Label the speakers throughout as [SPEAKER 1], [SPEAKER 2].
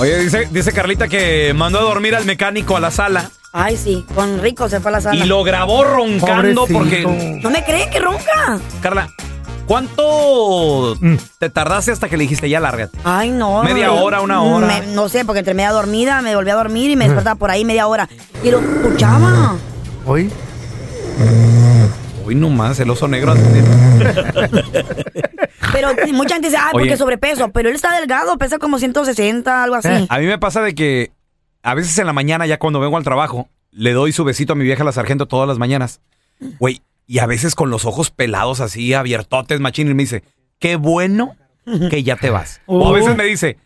[SPEAKER 1] Oye, dice, dice Carlita que mandó a dormir al mecánico a la sala
[SPEAKER 2] Ay, sí, con Rico se fue a la sala.
[SPEAKER 1] y lo grabó roncando porque...
[SPEAKER 2] ¿No me cree que ronca?
[SPEAKER 1] Carla, ¿cuánto te tardaste hasta que le dijiste ya lárgate?
[SPEAKER 2] Ay, no.
[SPEAKER 1] Media
[SPEAKER 2] no,
[SPEAKER 1] hora, una hora.
[SPEAKER 2] me- no sé, porque entre media dormida me volví a dormir y me despertaba por ahí media hora. Y lo escuchaba.
[SPEAKER 3] Hoy
[SPEAKER 1] Uy, nomás, el oso negro.
[SPEAKER 2] Pero mucha gente dice, ay,
[SPEAKER 1] Oye.
[SPEAKER 2] porque sobrepeso. Pero él está delgado, pesa como 160, algo así.
[SPEAKER 1] A mí me pasa de que a veces en la mañana, ya cuando vengo al trabajo, le doy su besito a mi vieja la sargento todas las mañanas. Güey, y a veces con los ojos pelados así, abiertotes, machín, y me dice, qué bueno que ya te vas. O a veces me dice,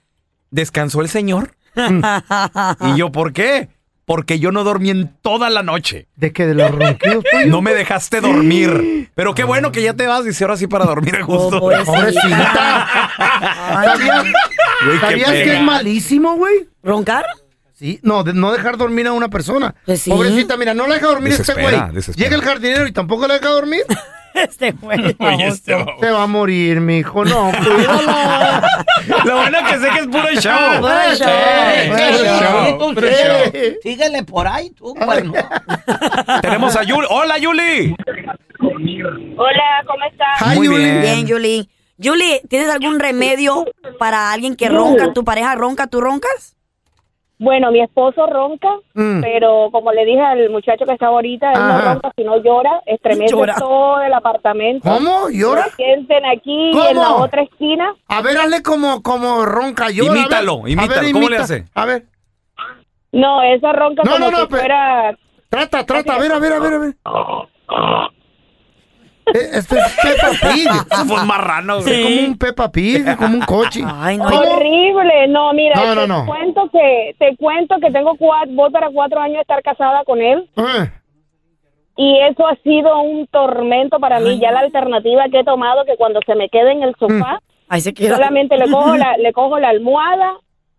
[SPEAKER 1] ¿descansó el señor? y yo, ¿por qué? Porque yo no dormí en toda la noche.
[SPEAKER 3] ¿De qué? ¿De los ronquidos tuyos?
[SPEAKER 1] No me dejaste dormir. Pero qué bueno que ya te vas, dice ahora sí para dormir a gusto.
[SPEAKER 2] Oh,
[SPEAKER 3] pues,
[SPEAKER 2] pobrecita. Ay,
[SPEAKER 3] Ah, ¿Sabías,
[SPEAKER 1] Güey, qué
[SPEAKER 3] sabías que
[SPEAKER 1] pena.
[SPEAKER 3] es malísimo, güey?
[SPEAKER 2] ¿Roncar?
[SPEAKER 3] Sí, no, de no dejar dormir a una persona.
[SPEAKER 2] Pues sí.
[SPEAKER 3] Pobrecita, mira, no la deja dormir este
[SPEAKER 1] Desespera,
[SPEAKER 3] güey.
[SPEAKER 1] desespera.
[SPEAKER 3] Llega el jardinero y tampoco la deja dormir.
[SPEAKER 2] Este güey.
[SPEAKER 1] Oye,
[SPEAKER 2] baboso.
[SPEAKER 1] este babo.
[SPEAKER 3] Se va a morir, mijo. No, cuídalo.
[SPEAKER 1] Lo bueno que sé que es puro show.
[SPEAKER 2] Puro show.
[SPEAKER 1] Eh,
[SPEAKER 3] Puro
[SPEAKER 1] puro
[SPEAKER 3] show.
[SPEAKER 1] show.
[SPEAKER 3] Puro show.
[SPEAKER 4] Síguele por ahí, tú, cuerno.
[SPEAKER 1] Tenemos a Yuli. ¡Hola, Yuli!
[SPEAKER 5] Hola, ¿cómo estás?
[SPEAKER 3] Ay,
[SPEAKER 1] Muy
[SPEAKER 3] Yuli.
[SPEAKER 1] bien.
[SPEAKER 2] Bien, Julie. Julie, ¿tienes algún remedio para alguien que ronca? ¿Tu pareja ronca? ¿Tú roncas?
[SPEAKER 5] Bueno, mi esposo ronca,
[SPEAKER 3] Mm.
[SPEAKER 5] pero como le dije al muchacho que estaba ahorita, él
[SPEAKER 3] Ajá.
[SPEAKER 5] no ronca, sino llora, estremece
[SPEAKER 2] Llora.
[SPEAKER 5] todo el apartamento.
[SPEAKER 3] ¿Cómo? ¿Llora?
[SPEAKER 5] Se sienten aquí y en
[SPEAKER 3] ¿Cómo?
[SPEAKER 5] la otra esquina.
[SPEAKER 3] A ver, hazle como, como ronca llora. a ver.
[SPEAKER 1] Imítalo,
[SPEAKER 3] A ver,
[SPEAKER 1] imítalo. ¿Cómo le hace?
[SPEAKER 3] A ver,
[SPEAKER 5] No, esa ronca
[SPEAKER 3] No,
[SPEAKER 5] como
[SPEAKER 3] no, no,
[SPEAKER 5] si
[SPEAKER 3] pero-
[SPEAKER 5] fuera...
[SPEAKER 3] trata, trata, a ver, a ver, a ver, a ver. Eh, Esto es Peppa Pig.
[SPEAKER 1] Eso Ah, fue un marrano,
[SPEAKER 3] Es
[SPEAKER 1] güey.
[SPEAKER 3] como un Peppa Pig, es como un coche.
[SPEAKER 2] Ay, no.
[SPEAKER 3] ¿Cómo?
[SPEAKER 5] Horrible, no, mira,
[SPEAKER 3] No,
[SPEAKER 5] te
[SPEAKER 3] no, no.
[SPEAKER 5] cuento que te cuento que tengo cuatro, voy para cuatro años de estar casada con él
[SPEAKER 3] Eh,
[SPEAKER 5] y eso ha sido un tormento para mí. Ya la alternativa que he tomado que cuando se me quede en el sofá,
[SPEAKER 2] Ahí se queda.
[SPEAKER 5] solamente le cojo la, le cojo la almohada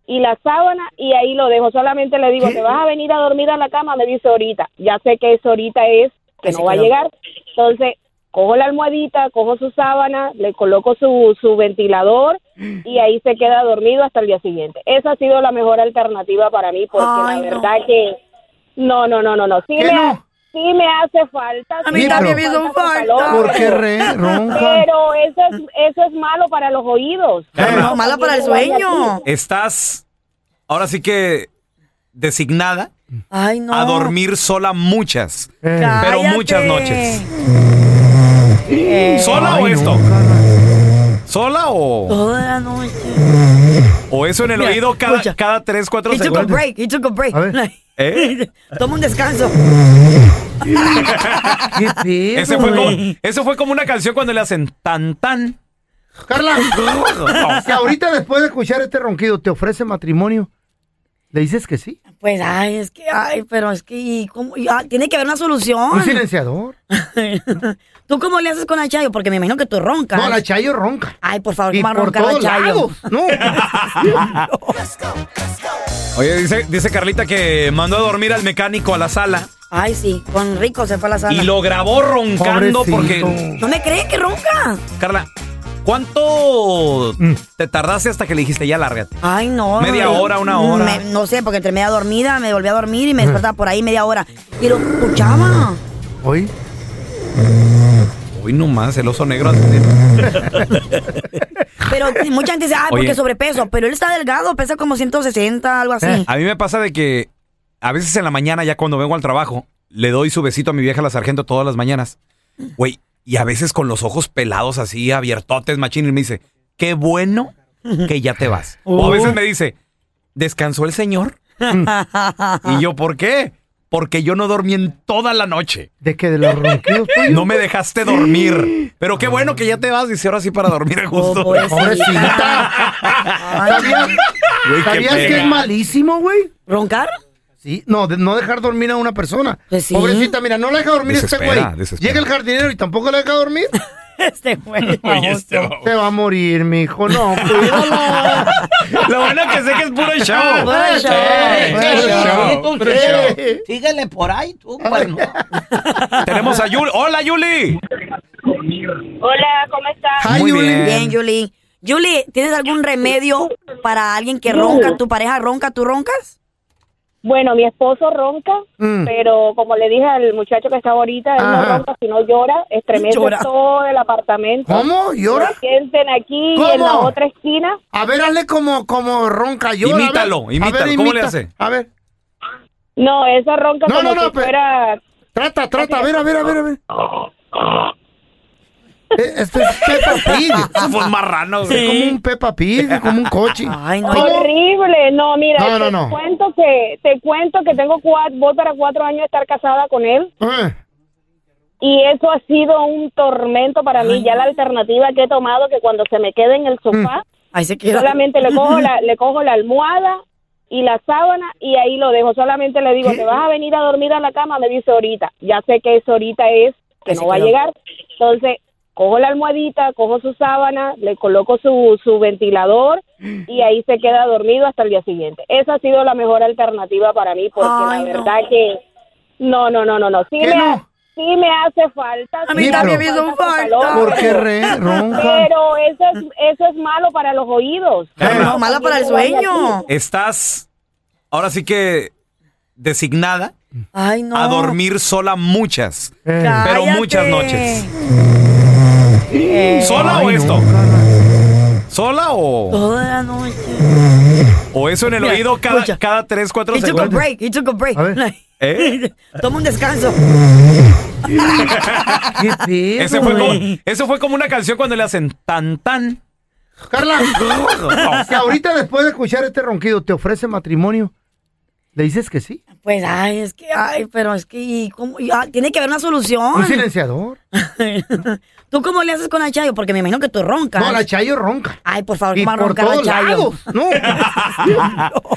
[SPEAKER 5] y la sábana y ahí lo dejo. Solamente le digo,
[SPEAKER 3] ¿Qué?
[SPEAKER 5] ¿te vas a venir a dormir a la cama? Me dice ahorita. Ya sé que eso ahorita es que
[SPEAKER 2] Que se
[SPEAKER 5] no va a
[SPEAKER 2] quedó.
[SPEAKER 5] llegar. Entonces, cojo la almohadita, cojo su sábana, le coloco su, su ventilador y ahí se queda dormido hasta el día siguiente. Esa ha sido la mejor alternativa para mí porque
[SPEAKER 2] Ay,
[SPEAKER 5] la
[SPEAKER 2] no.
[SPEAKER 5] verdad que no, no, no, no, no. Sí
[SPEAKER 3] ¿Qué
[SPEAKER 5] me,
[SPEAKER 3] no?
[SPEAKER 5] ha- sí me hace falta.
[SPEAKER 2] A
[SPEAKER 5] sí
[SPEAKER 2] mí
[SPEAKER 5] me
[SPEAKER 3] también
[SPEAKER 5] hace
[SPEAKER 2] me hizo
[SPEAKER 5] su
[SPEAKER 2] falta.
[SPEAKER 5] calor,
[SPEAKER 3] ¿Por qué
[SPEAKER 5] pero-
[SPEAKER 3] re, ronca?
[SPEAKER 5] pero eso es, eso es malo para los oídos.
[SPEAKER 1] Carla,
[SPEAKER 2] No, mala para el sueño.
[SPEAKER 1] Estás ahora sí que designada
[SPEAKER 2] Ay, no.
[SPEAKER 1] a dormir sola muchas.
[SPEAKER 3] Eh.
[SPEAKER 1] Pero
[SPEAKER 2] Cállate.
[SPEAKER 1] muchas noches.
[SPEAKER 2] Eh,
[SPEAKER 1] ¿Sola
[SPEAKER 3] Ay,
[SPEAKER 1] o
[SPEAKER 3] no,
[SPEAKER 1] esto?
[SPEAKER 3] Carla.
[SPEAKER 1] ¿Sola o,
[SPEAKER 2] Toda la noche.
[SPEAKER 1] o eso en el
[SPEAKER 2] Mira,
[SPEAKER 1] oído cada,
[SPEAKER 2] escucha.
[SPEAKER 1] cada tres, cuatro
[SPEAKER 2] He took a
[SPEAKER 1] segundos?
[SPEAKER 2] break. He took a break.
[SPEAKER 3] A ver.
[SPEAKER 1] ¿Eh?
[SPEAKER 2] Toma un descanso.
[SPEAKER 3] ¿Qué pedo,
[SPEAKER 1] Ese fue, como,
[SPEAKER 3] güey?
[SPEAKER 1] ese fue como una canción cuando le hacen tan tan.
[SPEAKER 3] Carla, si ahorita después de escuchar este ronquido te ofrece matrimonio, ¿le dices que sí?
[SPEAKER 2] Pues, ay, es que, ay, pero es que, ¿y cómo? Y, ah, tiene que haber una solución.
[SPEAKER 3] Un
[SPEAKER 1] Pues
[SPEAKER 3] silenciador.
[SPEAKER 2] ¿Tú cómo le haces con la Chayo? Porque me imagino que tú roncas.
[SPEAKER 3] No, la Chayo ronca.
[SPEAKER 2] Ay, por favor,
[SPEAKER 3] Y
[SPEAKER 2] ¿cómo va a
[SPEAKER 3] por
[SPEAKER 2] roncar la
[SPEAKER 3] todos
[SPEAKER 2] Chayo?
[SPEAKER 3] lados. No.
[SPEAKER 1] Oye, dice, dice Carlita que mandó a dormir al mecánico a la sala
[SPEAKER 2] Ay, sí, con Rico se fue a la sala.
[SPEAKER 1] y lo grabó roncando porque...
[SPEAKER 3] Pobrecito.
[SPEAKER 2] ¿No me cree que ronca?
[SPEAKER 1] Carla, ¿cuánto
[SPEAKER 3] Mm.
[SPEAKER 1] te tardaste hasta que le dijiste ya lárgate?
[SPEAKER 2] Ay, no.
[SPEAKER 1] Media
[SPEAKER 2] no, no.
[SPEAKER 1] hora, una hora.
[SPEAKER 2] Me- no sé, porque entre media dormida me volví a dormir y me despertaba por ahí media hora. Y lo escuchaba.
[SPEAKER 3] Hoy
[SPEAKER 1] Uy, nomás, el oso negro.
[SPEAKER 2] Pero mucha gente dice, ay,
[SPEAKER 1] Oye.
[SPEAKER 2] porque sobrepeso. Pero él está delgado, pesa como 160, algo así.
[SPEAKER 3] Eh.
[SPEAKER 1] A mí me pasa de que a veces en la mañana, ya cuando vengo al trabajo, le doy su besito a mi vieja la sargento todas las mañanas. Güey, y a veces con los ojos pelados así, abiertotes, machín, y me dice, qué bueno que ya te vas. O a
[SPEAKER 3] Uh.
[SPEAKER 1] veces me dice, ¿descansó el señor? y yo, ¿por qué? Porque yo no dormí en toda la noche.
[SPEAKER 3] ¿De qué? ¿De los ronquidos tuyos?
[SPEAKER 1] No me dejaste dormir. Pero qué bueno que ya te vas, dice ahora sí para dormir a
[SPEAKER 2] Oh,
[SPEAKER 1] gusto.
[SPEAKER 3] pues, Pobrecita. ¿Sabías,
[SPEAKER 1] Güey, qué
[SPEAKER 3] sabías que
[SPEAKER 1] pena.
[SPEAKER 3] es malísimo, güey?
[SPEAKER 2] ¿Roncar?
[SPEAKER 3] Sí, no, de no dejar dormir a una persona.
[SPEAKER 2] Pues sí.
[SPEAKER 3] Pobrecita, mira, no la deja dormir este
[SPEAKER 1] Desespera,
[SPEAKER 3] güey.
[SPEAKER 1] desespera.
[SPEAKER 3] Llega el jardinero y tampoco la deja dormir.
[SPEAKER 2] Este güey. baboso.
[SPEAKER 3] Se va a morir, mijo. No, cuídalo.
[SPEAKER 1] Lo bueno que sé que es puro show.
[SPEAKER 2] Puro show.
[SPEAKER 1] Eh,
[SPEAKER 3] Puro
[SPEAKER 1] puro
[SPEAKER 3] show.
[SPEAKER 1] show.
[SPEAKER 3] Puro show.
[SPEAKER 4] Síguele por ahí, tú, cuerno.
[SPEAKER 1] Tenemos a Yuli. ¡Hola, Yuli!
[SPEAKER 5] Hola, ¿cómo estás?
[SPEAKER 3] Ay,
[SPEAKER 1] Muy
[SPEAKER 3] Yuli.
[SPEAKER 1] bien.
[SPEAKER 2] Bien, Julie. Julie, ¿tienes algún remedio para alguien que ronca? ¿Tu pareja ronca? ¿Tú roncas?
[SPEAKER 5] Bueno, mi esposo ronca,
[SPEAKER 3] Mm.
[SPEAKER 5] pero como le dije al muchacho que estaba ahorita, él
[SPEAKER 3] Ajá.
[SPEAKER 5] no ronca, sino llora, estremece
[SPEAKER 2] Llora.
[SPEAKER 5] todo el apartamento.
[SPEAKER 3] ¿Cómo? ¿Llora?
[SPEAKER 5] Se sienten aquí
[SPEAKER 3] ¿Cómo?
[SPEAKER 5] y en la otra esquina.
[SPEAKER 3] A ver, hazle como, como ronca yo. a ver.
[SPEAKER 1] Imítalo,
[SPEAKER 3] A ver,
[SPEAKER 1] imítalo. ¿Cómo le hace?
[SPEAKER 3] A ver,
[SPEAKER 5] No, esa ronca
[SPEAKER 3] No,
[SPEAKER 5] como
[SPEAKER 3] no, no,
[SPEAKER 5] si
[SPEAKER 3] pero-
[SPEAKER 5] fuera...
[SPEAKER 3] trata, trata, a ver, a ver, a ver, a ver. Eh, Esto es Peppa Pig.
[SPEAKER 1] Somos marranos.
[SPEAKER 3] Es
[SPEAKER 1] güey.
[SPEAKER 3] como un Peppa Pig, como un coche.
[SPEAKER 2] Ay, no.
[SPEAKER 3] ¿Cómo?
[SPEAKER 5] Horrible, no, mira,
[SPEAKER 3] No, no,
[SPEAKER 5] te
[SPEAKER 3] no.
[SPEAKER 5] cuento que te cuento que tengo cuatro, voy para cuatro años de estar casada con él
[SPEAKER 3] Eh,
[SPEAKER 5] y eso ha sido un tormento para mí. Ya la alternativa que he tomado que cuando se me quede en el sofá
[SPEAKER 2] Ahí se queda.
[SPEAKER 5] solamente le cojo la le cojo la almohada y la sábana y ahí lo dejo. Solamente le digo
[SPEAKER 3] ¿Qué?
[SPEAKER 5] te vas a venir a dormir a la cama, me dice ahorita. Ya sé que eso ahorita es que
[SPEAKER 2] Ahí se
[SPEAKER 5] no va a
[SPEAKER 2] quedó.
[SPEAKER 5] llegar, entonces cojo la almohadita, cojo su sábana, le coloco su, su ventilador y ahí se queda dormido hasta el día siguiente. Esa ha sido la mejor alternativa para mí porque
[SPEAKER 2] Ay,
[SPEAKER 5] la
[SPEAKER 2] no.
[SPEAKER 5] verdad que no, no, no, no, no. Sí
[SPEAKER 3] ¿Qué
[SPEAKER 5] me,
[SPEAKER 3] no?
[SPEAKER 5] sí me hace falta.
[SPEAKER 2] A
[SPEAKER 5] sí
[SPEAKER 2] mí
[SPEAKER 5] me
[SPEAKER 3] también
[SPEAKER 5] hace
[SPEAKER 2] me hizo
[SPEAKER 5] su
[SPEAKER 2] falta.
[SPEAKER 5] calor,
[SPEAKER 3] ¿Por qué
[SPEAKER 5] pero-
[SPEAKER 3] re, ronca?
[SPEAKER 5] pero eso es, eso es malo para los oídos.
[SPEAKER 1] Carla.
[SPEAKER 2] No, mala para el sueño.
[SPEAKER 1] Estás ahora sí que designada
[SPEAKER 2] Ay, no.
[SPEAKER 1] a dormir sola muchas.
[SPEAKER 3] Eh.
[SPEAKER 1] Pero
[SPEAKER 2] Cállate.
[SPEAKER 1] muchas noches.
[SPEAKER 2] Eh,
[SPEAKER 1] ¿Sola o
[SPEAKER 3] Ay, no,
[SPEAKER 1] esto?
[SPEAKER 3] Carla.
[SPEAKER 1] ¿Sola o,
[SPEAKER 2] Toda la noche.
[SPEAKER 1] o eso en el
[SPEAKER 2] Mira,
[SPEAKER 1] oído cada,
[SPEAKER 2] escucha.
[SPEAKER 1] cada 3, 4
[SPEAKER 2] He took a
[SPEAKER 1] segundos?
[SPEAKER 2] break. He took a break.
[SPEAKER 3] A ver.
[SPEAKER 1] ¿Eh?
[SPEAKER 2] Toma un descanso.
[SPEAKER 3] ¿Qué pedo,
[SPEAKER 1] Ese fue como,
[SPEAKER 3] güey?
[SPEAKER 1] eso fue como una canción cuando le hacen tan tan.
[SPEAKER 3] Carla, si ahorita después de escuchar este ronquido te ofrece matrimonio, ¿le dices que sí?
[SPEAKER 2] Pues, ay, es que, ay, pero es que, ¿y ¿cómo? Y, ah, tiene que haber una solución.
[SPEAKER 1] Pues
[SPEAKER 3] Un silenciador.
[SPEAKER 2] ¿Tú cómo le haces con la Chayo? Porque me imagino que tú roncas.
[SPEAKER 3] No, la Chayo ronca.
[SPEAKER 2] Ay, por favor,
[SPEAKER 3] Y
[SPEAKER 2] ¿cómo va a
[SPEAKER 3] por
[SPEAKER 2] roncar la
[SPEAKER 3] todos
[SPEAKER 2] Chayo?
[SPEAKER 3] lados. No.